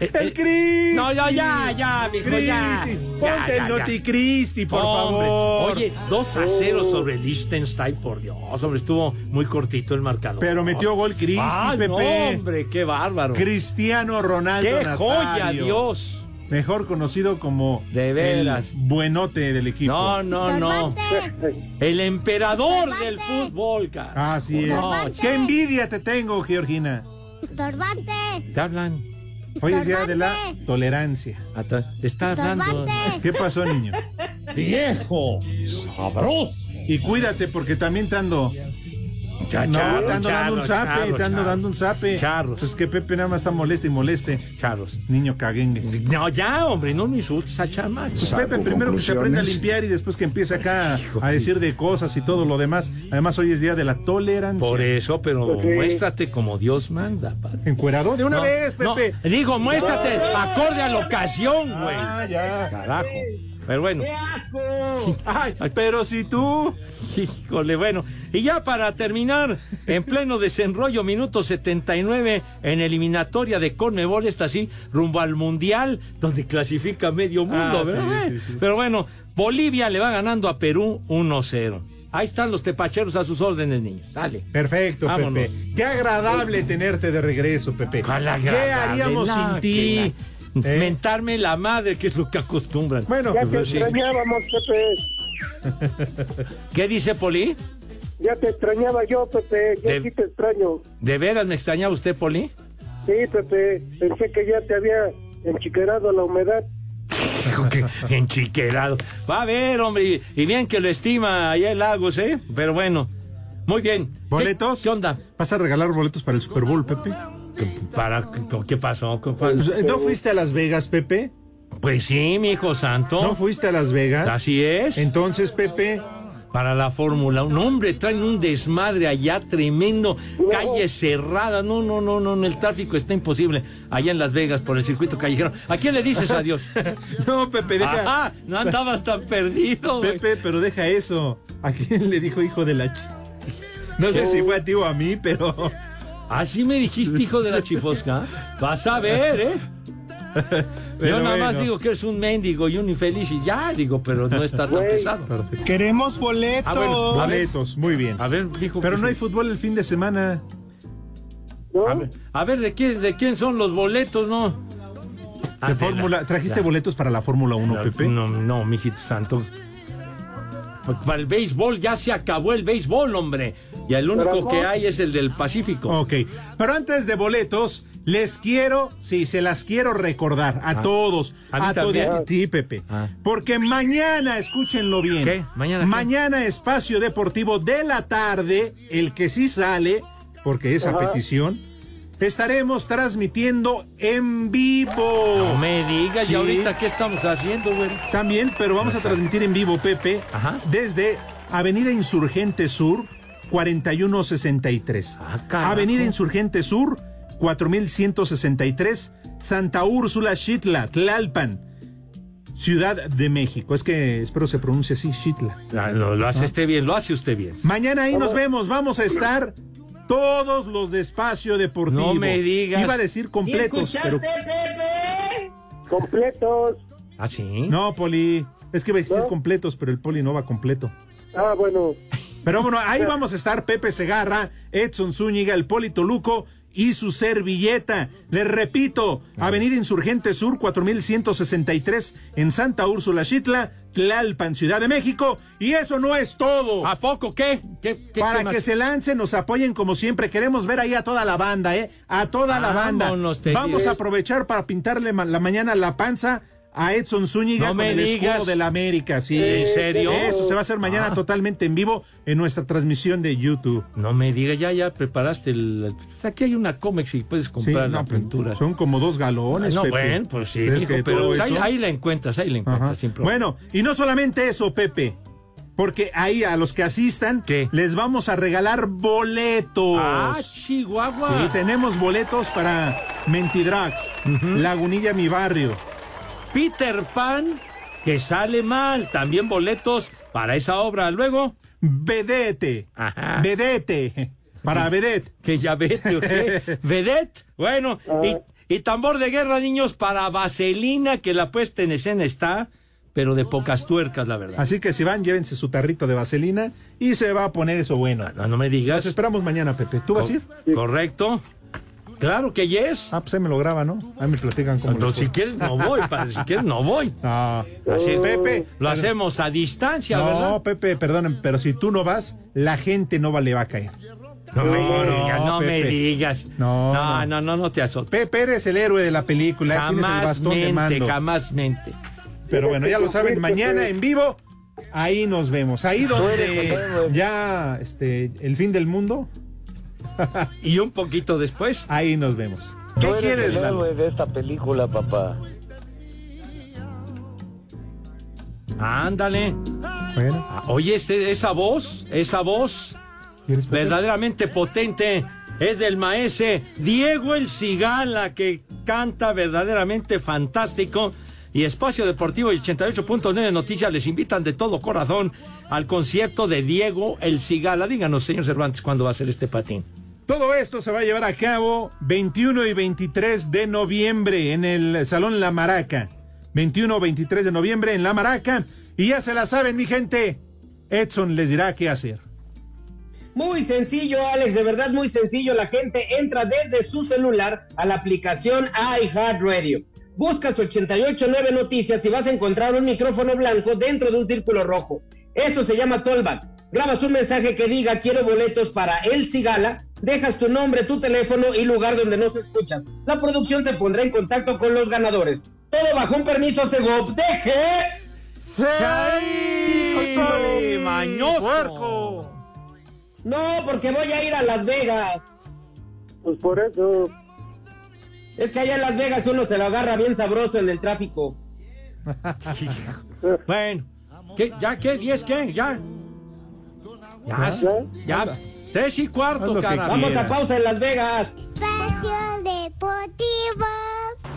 ¡El Cristi!
Eh, No, ya, ya, ya, mijo, ya.
Cristi,
Ah, Ya,
Ponte
ya,
el
ya.
Noticristi, por
Hombre,
favor.
Oye, 2 a 0 sobre Liechtenstein, por Dios. Hombre, estuvo muy cortito el marcador.
Pero metió gol Cristi,
Ay,
Pepe.
no, hombre, qué bárbaro.
Cristiano Ronaldo
¡Qué joya,
Nazario.
Dios!
Mejor conocido como de
veras.
el buenote del equipo.
No, no, no. El emperador del fútbol, cara.
Así es.
No,
¡Qué envidia te tengo, Georgina!
Estorbantes.
Te hablan.
Hoy es día de la tolerancia.
Te está hablando.
Estorbante.
¿Qué pasó, niño? ¡Viejo! ¡Sabroso! Y cuídate porque también te ando.
Ya,
no,
charro,
te ando
charro,
dando un zape,
charro,
te ando
charro.
dando un zape. Charros. Pues que Pepe nada más está moleste y moleste.
Charros.
Niño caguengue.
No, ya, hombre, no me insultes a chamaco.
Pues Pepe, primero que se aprenda a limpiar y después que empiece acá a decir de cosas y todo lo demás. Además, hoy es día de la tolerancia.
Por eso, pero
Pues sí.
muéstrate como Dios manda, padre.
Encuerado de una
No,
vez,
no,
Pepe.
digo, muéstrate acorde a la ocasión, güey.
Ah, ya.
Carajo. Pero bueno. Ay, pero si tú. Híjole, bueno. Y ya para terminar, en pleno desenrollo, minuto 79, en eliminatoria de Conmebol, esta sí, rumbo al Mundial, donde clasifica medio mundo,
Ah,
¿verdad?
sí, sí, sí.
Pero bueno, Bolivia le va ganando a Perú 1-0. Ahí están los tepacheros a sus órdenes, niños. Dale.
Perfecto,
Vámonos.
Pepe. Qué agradable tenerte de regreso, Pepe. ¿Qué
agradable,
haríamos
no,
sin ti?
Eh. Mentarme la madre, que es lo que acostumbran.
Eh. Bueno,
Ya te
Pero Pues sí.
extrañábamos, Pepe.
¿qué dice Poli?
Ya te extrañaba yo, Pepe. Yo
De-
sí te extraño.
¿De veras me extrañaba usted, Poli?
Sí, Pepe. Pensé que ya te había enchiquerado la humedad.
Hijo, qué Enchiquerado. Va a ver, hombre, y bien que lo estima allá el Lagos, ¿eh? Pero bueno, muy bien. ¿Boletos? ¿Qué, onda?
¿Vas a regalar boletos para el Super Bowl, Pepe?
¿Para qué pasó? ¿Con cuál?
Pues, ¿No fuiste a Las Vegas, Pepe?
Pues sí, mi hijo santo.
¿No fuiste a Las Vegas?
Así es.
Entonces, Pepe.
Para la Fórmula 1. Hombre, traen un desmadre allá tremendo. Calle cerrada. No, no, no, no. El tráfico está imposible. Allá en Las Vegas por el circuito callejero. ¿A quién le dices adiós?
no, Pepe, deja.
Ah, no andabas tan perdido, güey.
Pepe, pero deja eso. ¿A quién le dijo hijo de la ch... No sé
Oh.
si fue a ti o a mí, pero.
Así Ah, me dijiste, hijo de la chifosca. Vas a ver, ¿eh?
Pero
Yo nada más
bueno.
digo que es un mendigo y un infeliz y ya, digo, pero no está tan
Güey.
pesado.
Queremos boletos.
Ah, bueno,
boletos, muy bien.
A ver, dijo.
Pero
que
no
sí.
hay fútbol el fin de semana.
A ver, a ver, ¿de, quién, ¿de quién son los boletos, no? Ah,
De
de
fórmula,
la-
¿Trajiste
la-
boletos para la Fórmula 1, Pepe?
No, no, Pues, mijito santo. Para el béisbol ya se acabó el béisbol, hombre. Y el único que hay es el del Pacífico.
Ok, pero antes de boletos, les quiero, sí, se las quiero recordar a
Ah.
todos,
A mí
a, todos,
también. Ah.
a ti, Pepe. Porque mañana, escúchenlo bien.
¿Qué? ¿Mañana qué?
Mañana, espacio deportivo de la tarde, el que sí sale, porque es a
Ajá.
petición. Estaremos transmitiendo en vivo.
No me digas,
Sí.
¿y ahorita qué estamos haciendo, güey?
También, pero vamos a transmitir en vivo, Pepe, desde Avenida Insurgente Sur, 4163.
Ah,
Avenida Insurgente Sur, 4163, Santa Úrsula, Xitla, Tlalpan, Ciudad de México. Es que espero se pronuncie así, Xitla.
Ah, Lo, lo hace usted bien, lo hace usted bien.
Mañana ahí nos vemos, vamos a estar todos los de Espacio Deportivo.
No me digas.
Iba a decir completos, pero...
Pepe?
Completos.
¿Ah, sí?
No, Poli. Es que iba a decir
¿No?
completos, pero el Poli no va completo.
Ah, bueno.
Pero bueno, ahí vamos a estar Pepe Segarra, Edson Zúñiga, el Poli Toluco y su servilleta. Les repito, Avenida Insurgente Sur 4163 en Santa Úrsula, Xitla, Tlalpan, Ciudad de México. Y eso no es todo.
¿A poco qué? ¿Qué, qué-
Para
qué más?
que se lancen, nos apoyen como siempre. Queremos ver ahí a toda la banda, ¿eh? A toda la banda.
Vámonos, te
Vamos
diré.
a aprovechar para pintarle ma- la mañana la panza a Edson Zúñiga
No
con
me
el escudo
digas.
de la América. Sí.
¿En serio?
Eso se va a hacer mañana
Ah.
totalmente en vivo en nuestra transmisión de YouTube.
No me digas, ya, ya preparaste el... Aquí hay una cómics y puedes comprar la
no, pues,
pintura.
Son como dos galones,
no,
Pepe.
bueno, pues sí,
Es
hijo,
que
pero
todo
pues, ahí,
eso-
ahí la encuentras, ahí la encuentras
Ajá.
sin problema.
Bueno, y no solamente eso, Pepe. Porque ahí a los que asistan les vamos a regalar boletos.
Ah, Chihuahua.
pues, Sí, tenemos boletos para Mentidrax, Lagunilla Mi Barrio.
Peter Pan, que sale mal. También boletos para esa obra. Luego.
Vedete.
Ajá.
Vedete. Para Vedette.
Que ya vete, ¿ok? Vedette. Bueno, y, y tambor de guerra, niños, para Vaselina, que la puesta en escena está, pero de pocas tuercas, la verdad.
Así que si van, llévense su tarrito de vaselina y se va a poner eso bueno.
Ah, No, no me digas.
Los esperamos mañana, Pepe. ¿Tú vas a ir?
Correcto. Claro que yes.
Ah, pues ahí me lo graba, ¿no? Ahí me platican cómo
Pero
les fue.
si quieres, no voy, padre. Si quieres, no voy.
No.
Así,
Pepe.
Lo hacemos a distancia,
no,
¿verdad?
Pepe, perdonen, pero si tú no vas, la gente no va, le va a caer.
No me
No,
digas, no me
Pepe.
digas.
No,
No, no, no, no te azotes.
Pepe eres el héroe de la película. ahí tienes el
Jamás
bastón de
mente,
mando.
jamás mente.
Pero bueno, ya lo saben, mañana en vivo, ahí nos vemos. Ahí donde ya este, el fin del mundo,
Y un poquito después.
ahí nos vemos.
Tú
¿Qué
eres
quieres,
el
Lalo?
héroe de esta película, papá.
Ándale. Ah, Oye, este- esa voz, esa voz verdaderamente potente es del maese Diego El Cigala que canta verdaderamente fantástico. Y Espacio Deportivo y 88.9 Noticias les invitan de todo corazón al concierto de Diego El Cigala. Díganos, señor Cervantes, cuándo va a ser este patín.
Todo esto se va a llevar a cabo 21 y 23 de noviembre en el Salón La Maraca. 21 o 23 de noviembre en La Maraca. Y ya se la saben, mi gente. Edson les dirá qué hacer.
Muy sencillo, Alex, de verdad muy sencillo. La gente entra desde su celular a la aplicación iHeartRadio. Buscas 889 Noticias y vas a encontrar un micrófono blanco dentro de un círculo rojo. Eso se llama Tollback. Grabas un mensaje que diga quiero boletos para El Cigala, dejas tu nombre, tu teléfono y lugar donde nos escuchas. La producción se pondrá en contacto con los ganadores. Todo bajo un permiso Segov. ¡Deje!
¡Sí! ¡Mañoso!
No, porque voy a ir a Las Vegas.
Pues por eso.
Es que allá en Las Vegas uno se lo agarra bien sabroso en el tráfico.
Bueno, ¿qué, ¿ya qué? ¿Diez qué? ¿Ya? Ya, ya. Tres y cuarto, carajo.
Vamos a pausa en Las Vegas.
Deportivo.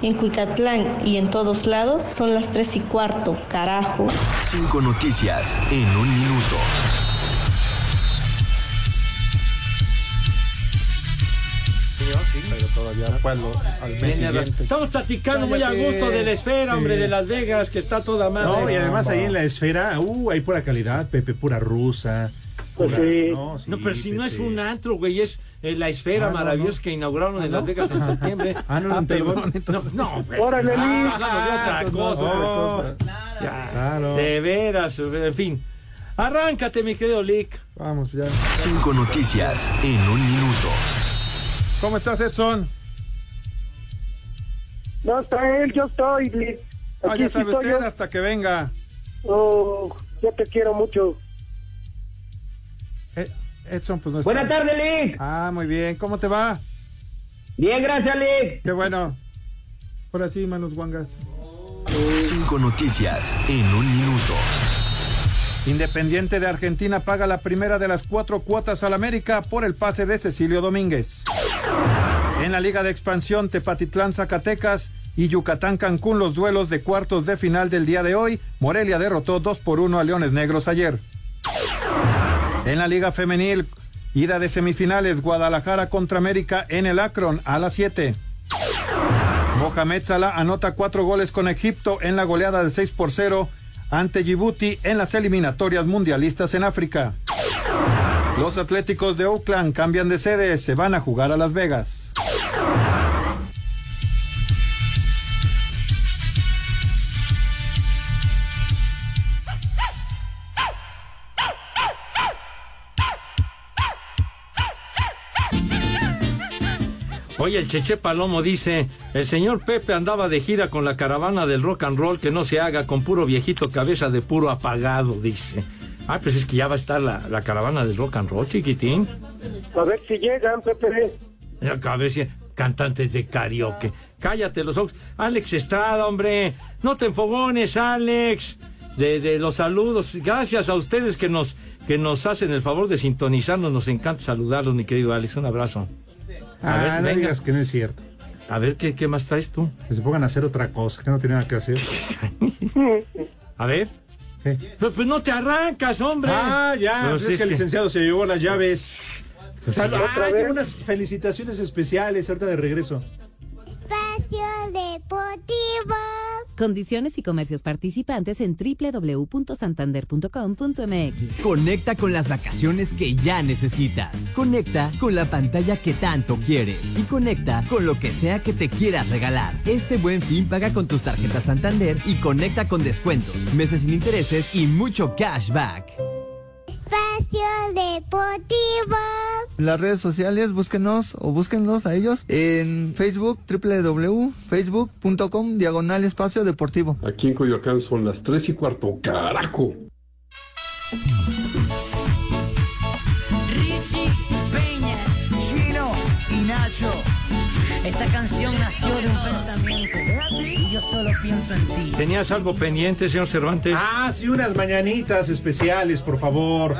En Cuicatlán y en todos lados son las tres y cuarto, carajo.
Cinco noticias en un minuto.
Pero todavía fue al, al mes
Viene a las-
siguiente.
Estamos platicando muy a
Cállate.
gusto de la esfera, hombre,
Sí.
de Las Vegas, que está toda madre.
No, y además ahí en la esfera, uh, hay pura calidad, Pepe, pura rusa. pura-
No, pero si no es un antro, güey, es eh, la
Ah,
esfera
no,
maravillosa que inauguraron en Las Vegas en septiembre.
Ah, no, no, perdón.
No, no, güey. Ah,
Órale,
Estamos
Luis.
hablando de otra
Ah,
cosa.
otra
No, ya, De veras, en fin. Arráncate, mi querido Lick.
Vamos, ya.
Cinco noticias en un minuto.
¿Cómo estás, Edson?
No está él, yo estoy, Lick.
Ah,
Aquí
ya sabe
estoy
usted,
yo.
hasta que venga.
Oh, yo te quiero mucho.
Eh, Edson, pues no está.
Buena tarde,
Lick. Ah, muy bien. ¿Cómo te va?
Bien, gracias, Lick.
Qué bueno. Ahora sí, manos guangas.
Cinco noticias en un minuto.
Independiente de Argentina paga la primera de las cuatro cuotas al América por el pase de Cecilio Domínguez. En la Liga de Expansión, Tepatitlán Zacatecas y Yucatán Cancún los duelos de cuartos de final del día de hoy. Morelia derrotó 2 por 1 a Leones Negros ayer. En la Liga Femenil, ida de semifinales Guadalajara contra América en el Akron a las 7. Mohamed Salah anota cuatro goles con Egipto en la goleada de 6 por 0 ante Djibouti en las eliminatorias mundialistas en África. Los Atléticos de Oakland cambian de sede, se van a jugar a Las Vegas.
Oye, el Cheche Palomo dice, el señor Pepe andaba de gira con la caravana del rock and roll que no se haga con puro viejito cabeza de puro apagado, dice. Ah, pues es que ya va a estar la, la caravana del rock and roll, chiquitín.
A ver si llegan, Pepe.
Ya cabeza, cantantes de karaoke. Cállate los ojos. Alex Estrada, hombre. No te enfogones, Alex. De, de los saludos. Gracias a ustedes que nos, que nos hacen el favor de sintonizarnos. Nos encanta saludarlos, mi querido Alex. Un abrazo.
Ah, no digas que no es cierto.
A ver, ¿qué, ¿qué más traes tú?
Que se pongan a hacer otra cosa, que no tienen nada que hacer.
A ver. Pues, pues no te arrancas, hombre.
Ah, ya.
No,
pues
sí, Pues es
es que el
que-
licenciado se llevó las llaves. Sal-
¿Otra
ah,
vez?
tengo unas felicitaciones especiales ahorita de regreso.
Condiciones y comercios participantes en www.santander.com.mx.
Conecta con las vacaciones que ya necesitas. Conecta con la pantalla que tanto quieres. Y conecta con lo que sea que te quieras regalar. Este buen fin paga con tus tarjetas Santander y conecta con descuentos, meses sin intereses y mucho cashback.
Las redes sociales, búsquenos o búsquenlos a ellos en Facebook, www.facebook.com, diagonal espacio deportivo.
Aquí en Coyoacán son las 3 y cuarto, carajo.
Richie Peña, Chino y Nacho. Esta canción nació de un pensamiento. Y yo solo pienso en ti.
¿Tenías algo pendiente, señor Cervantes?
Ah, sí, unas mañanitas especiales, por favor.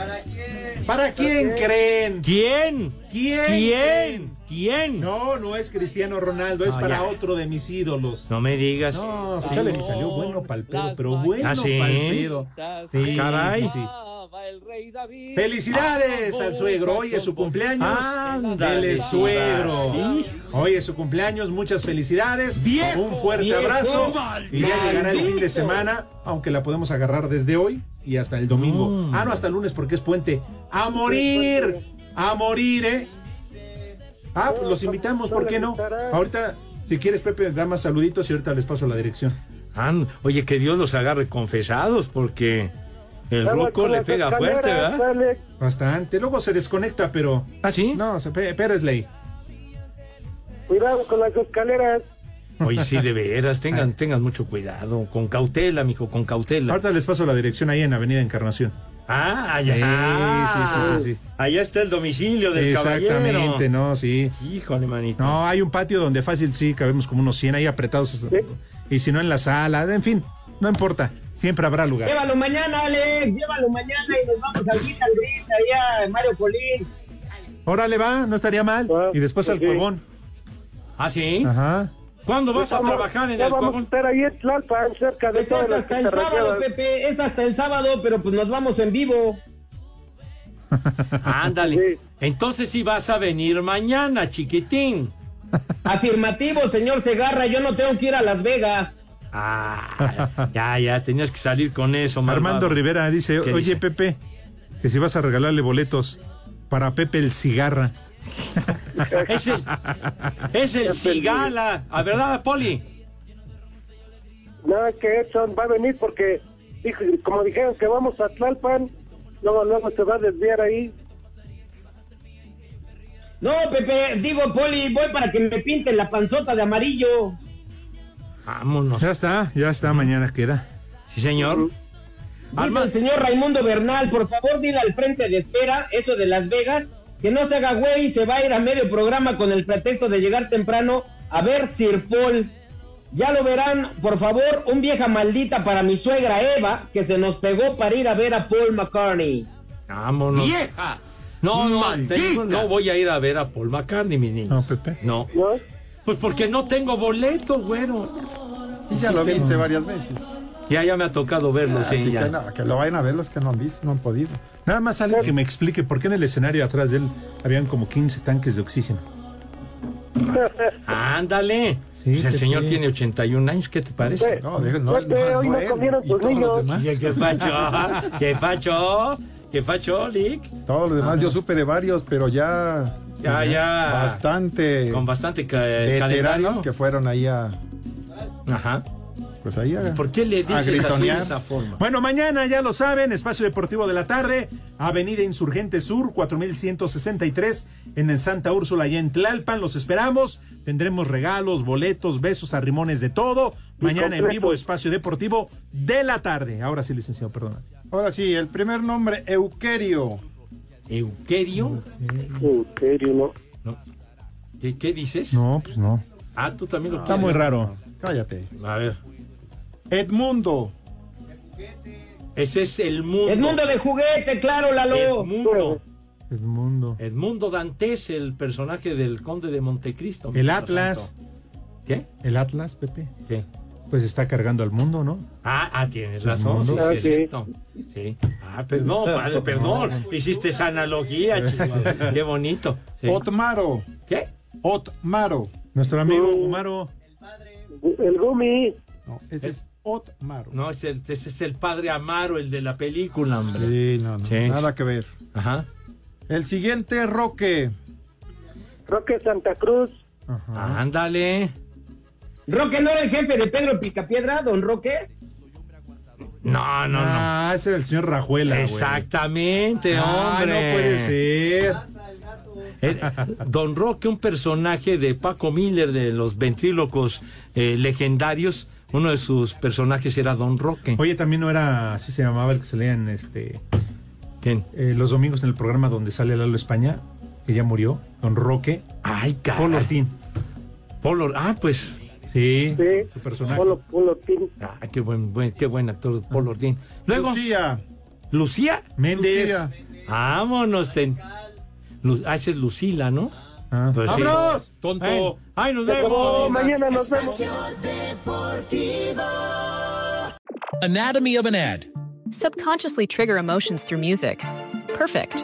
¿Para quién creen?
¿Quién?
¿Quién?
¿Quién? ¿Quién?
No, no es Cristiano Ronaldo, es
No,
para
ya.
otro de mis ídolos.
No me digas.
No, Chale ni salió bueno pal pedo, pero bueno
¿Ah, sí?
pal pedo. Sí,
Ah, caray.
sí, sí. Felicidades al suegro, hoy es su cumpleaños.
Ándale,
Él es suegro.
sí.
Hoy es su cumpleaños, muchas felicidades.
Viejo,
un fuerte
viejo,
abrazo. Y ya llegará el fin
maldito.
de semana, aunque la podemos agarrar desde hoy y hasta el domingo.
Mm.
Ah, no, hasta el lunes porque es puente. ¡A morir! ¡A morir, eh! Ah, pues los invitamos, ¿por qué no? Ahorita, si quieres, Pepe, da más saluditos y ahorita les paso la dirección.
Ah, no. oye, que Dios los agarre confesados porque el
Vamos
roco
con
le
las
pega
escaleras,
fuerte, ¿verdad?
Bastante. Luego se desconecta, pero.
¿Ah, sí?
No, se pe- pero es ley.
Cuidado con las escaleras.
Oye, sí, de veras, tengan, tengan mucho cuidado, con cautela, mijo, con cautela.
Ahorita les paso la dirección ahí en Avenida Encarnación.
Ah,
Sí,
allá.
sí, sí, sí, sí.
Allá está el domicilio del caballero.
Exactamente, no, sí.
Híjole, manito.
No, hay un patio donde fácil sí cabemos como unos 100 ahí apretados. Y si no en la sala, en fin, no importa. Siempre habrá lugar.
Llévalo mañana, Alex. Llévalo mañana y nos vamos al Guita Gris allá en Mario Colín.
Órale, va, no estaría mal. Y después al cuevón.
¿Ah, sí?
Ajá.
¿Cuándo
vas a trabajar en
ya
el
vamos
Cuevón?
a estar ahí en Tlalpan, cerca de todas
Es
las
hasta el sábado,
chicharraqueadas.
Pepe. Es hasta el sábado, pero pues nos vamos en vivo.
Ándale. Entonces sí vas a venir mañana, chiquitín.
Afirmativo, señor Segarra. Yo no tengo que ir a Las Vegas.
Ah, ya, ya, tenías que salir con eso,
Armando
malvado.
Rivera dice,
¿Qué dice?
oye Pepe, que si vas a regalarle boletos para Pepe el cigarra.
Es el, es el cigala. ¿A verdad, Poli?
No, es que Edson va a venir porque, dijo- como dijeron que vamos a Tlalpan, Luego, luego se va a desviar ahí.
No, Pepe, digo, Poli, voy para que me pinten la panzota de amarillo.
Vámonos.
Ya está, ya está, mañana queda.
Sí, señor.
Dice el señor Raimundo Bernal, por favor, dile al frente de espera, eso de Las Vegas, que no se haga güey y se va a ir a medio programa con el pretexto de llegar temprano a ver Sir Paul. Ya lo verán, por favor, un vieja maldita para mi suegra Eva, que se nos pegó para ir a ver a Paul McCartney.
Vámonos.
¡Vieja!
No, no,
¡Maldita!
tengo- no voy a ir a ver a Paul McCartney, mis niños. No, Pepe. No. Pues porque no tengo boleto, güero.
Y ya lo viste varias veces.
Ya, ya me ha tocado
Ah,
verlo, sí,
Así
ya.
que nada, que lo vayan a ver los que no han visto, no han podido.
Nada más alguien que me explique por qué en el escenario atrás de él habían como 15 tanques de oxígeno.
Ándale. Pues el
Pepe.
señor tiene 81 años, ¿qué te parece?
Pepe, No, deja- no, Pues, Pepe, no, hoy no él comieron y tus todos los niños. demás.
Ya, ¿Qué facho? ¿Qué facho? ¿Qué facho, Lick?
Todo lo demás yo supe de varios, pero ya.
Ya, ya.
Bastante.
Con bastante ca-
veteranos
calendario.
que fueron ahí a.
Ajá.
Pues ahí a.
¿Por qué le
a
dices así de
gritonear.
esa forma?
Bueno, mañana ya lo saben, Espacio Deportivo de la Tarde, Avenida Insurgente Sur, 4163, en el Santa Úrsula y en Tlalpan. Los esperamos. Tendremos regalos, boletos, besos, arrimones de todo. Mañana en
completo.
vivo, Espacio Deportivo de la Tarde. Ahora sí, licenciado, perdón.
Ahora sí, el primer nombre, Euquerio.
¿Euquerio?
Euterio, ¿no?
¿Qué, qué dices?
No, pues no.
Ah, tú también lo
Está
quieres.
muy raro. Cállate.
A ver.
Edmundo.
Ese es el mundo.
El mundo de juguete, claro, Lalo.
Edmundo.
Edmundo.
Edmundo Dantes, el personaje del Conde de Montecristo.
El
mi
Atlas.
¿Qué?
El Atlas, Pepe.
¿Qué?
Pues está cargando al mundo, ¿no?
Ah, ah, tienes razón. Sí,
Edmundo.
sí, es cierto. Sí. Ah, perdón, padre, perdón. Hiciste esa analogía, chihuahua. Qué bonito. Sí.
Otmaro.
¿Qué?
Otmaro.
Nuestro amigo Gumaro.
El Gumi.
No, ese es Otmaro.
No, es el- ese es el padre Amaro, el de la película, hombre.
Sí, no, no,
Sí.
Nada que ver.
Ajá.
El siguiente, Roque.
Roque Santa Cruz.
Ándale.
Roque no era el jefe de Pedro Picapiedra, don Roque.
No, no, no.
Ah, ese era el señor Rajuela. güey.
Exactamente,
Ah,
hombre.
no puede ser.
Eh, Don Roque, un personaje de Paco Miller, de los ventrílocos eh, legendarios, uno de sus personajes era Don Roque.
Oye, también no era así se llamaba el que se leían este,
¿Quién?
eh, los domingos en el programa donde sale Lalo España, que ya murió, Don Roque.
Ay, caray.
Paul Ortín.
Polo, ah, pues.
Sí,
Sí.
su personaje.
Polo, Polo Team.
Ah, qué buen, buen- qué buen actor, Paul Ordín. Luego,
Lucía.
Lucía Méndez.
Lucía.
Vámonos. ten- Lu- ah, esa es Lucila, ¿no? Pues sí.
Ah. ¡Vámonos!
Tonto. ¡Ay, nos vemos!
Mañana nos vemos.
Anatomy of an ad.
Subconsciously trigger emotions through music. Perfect.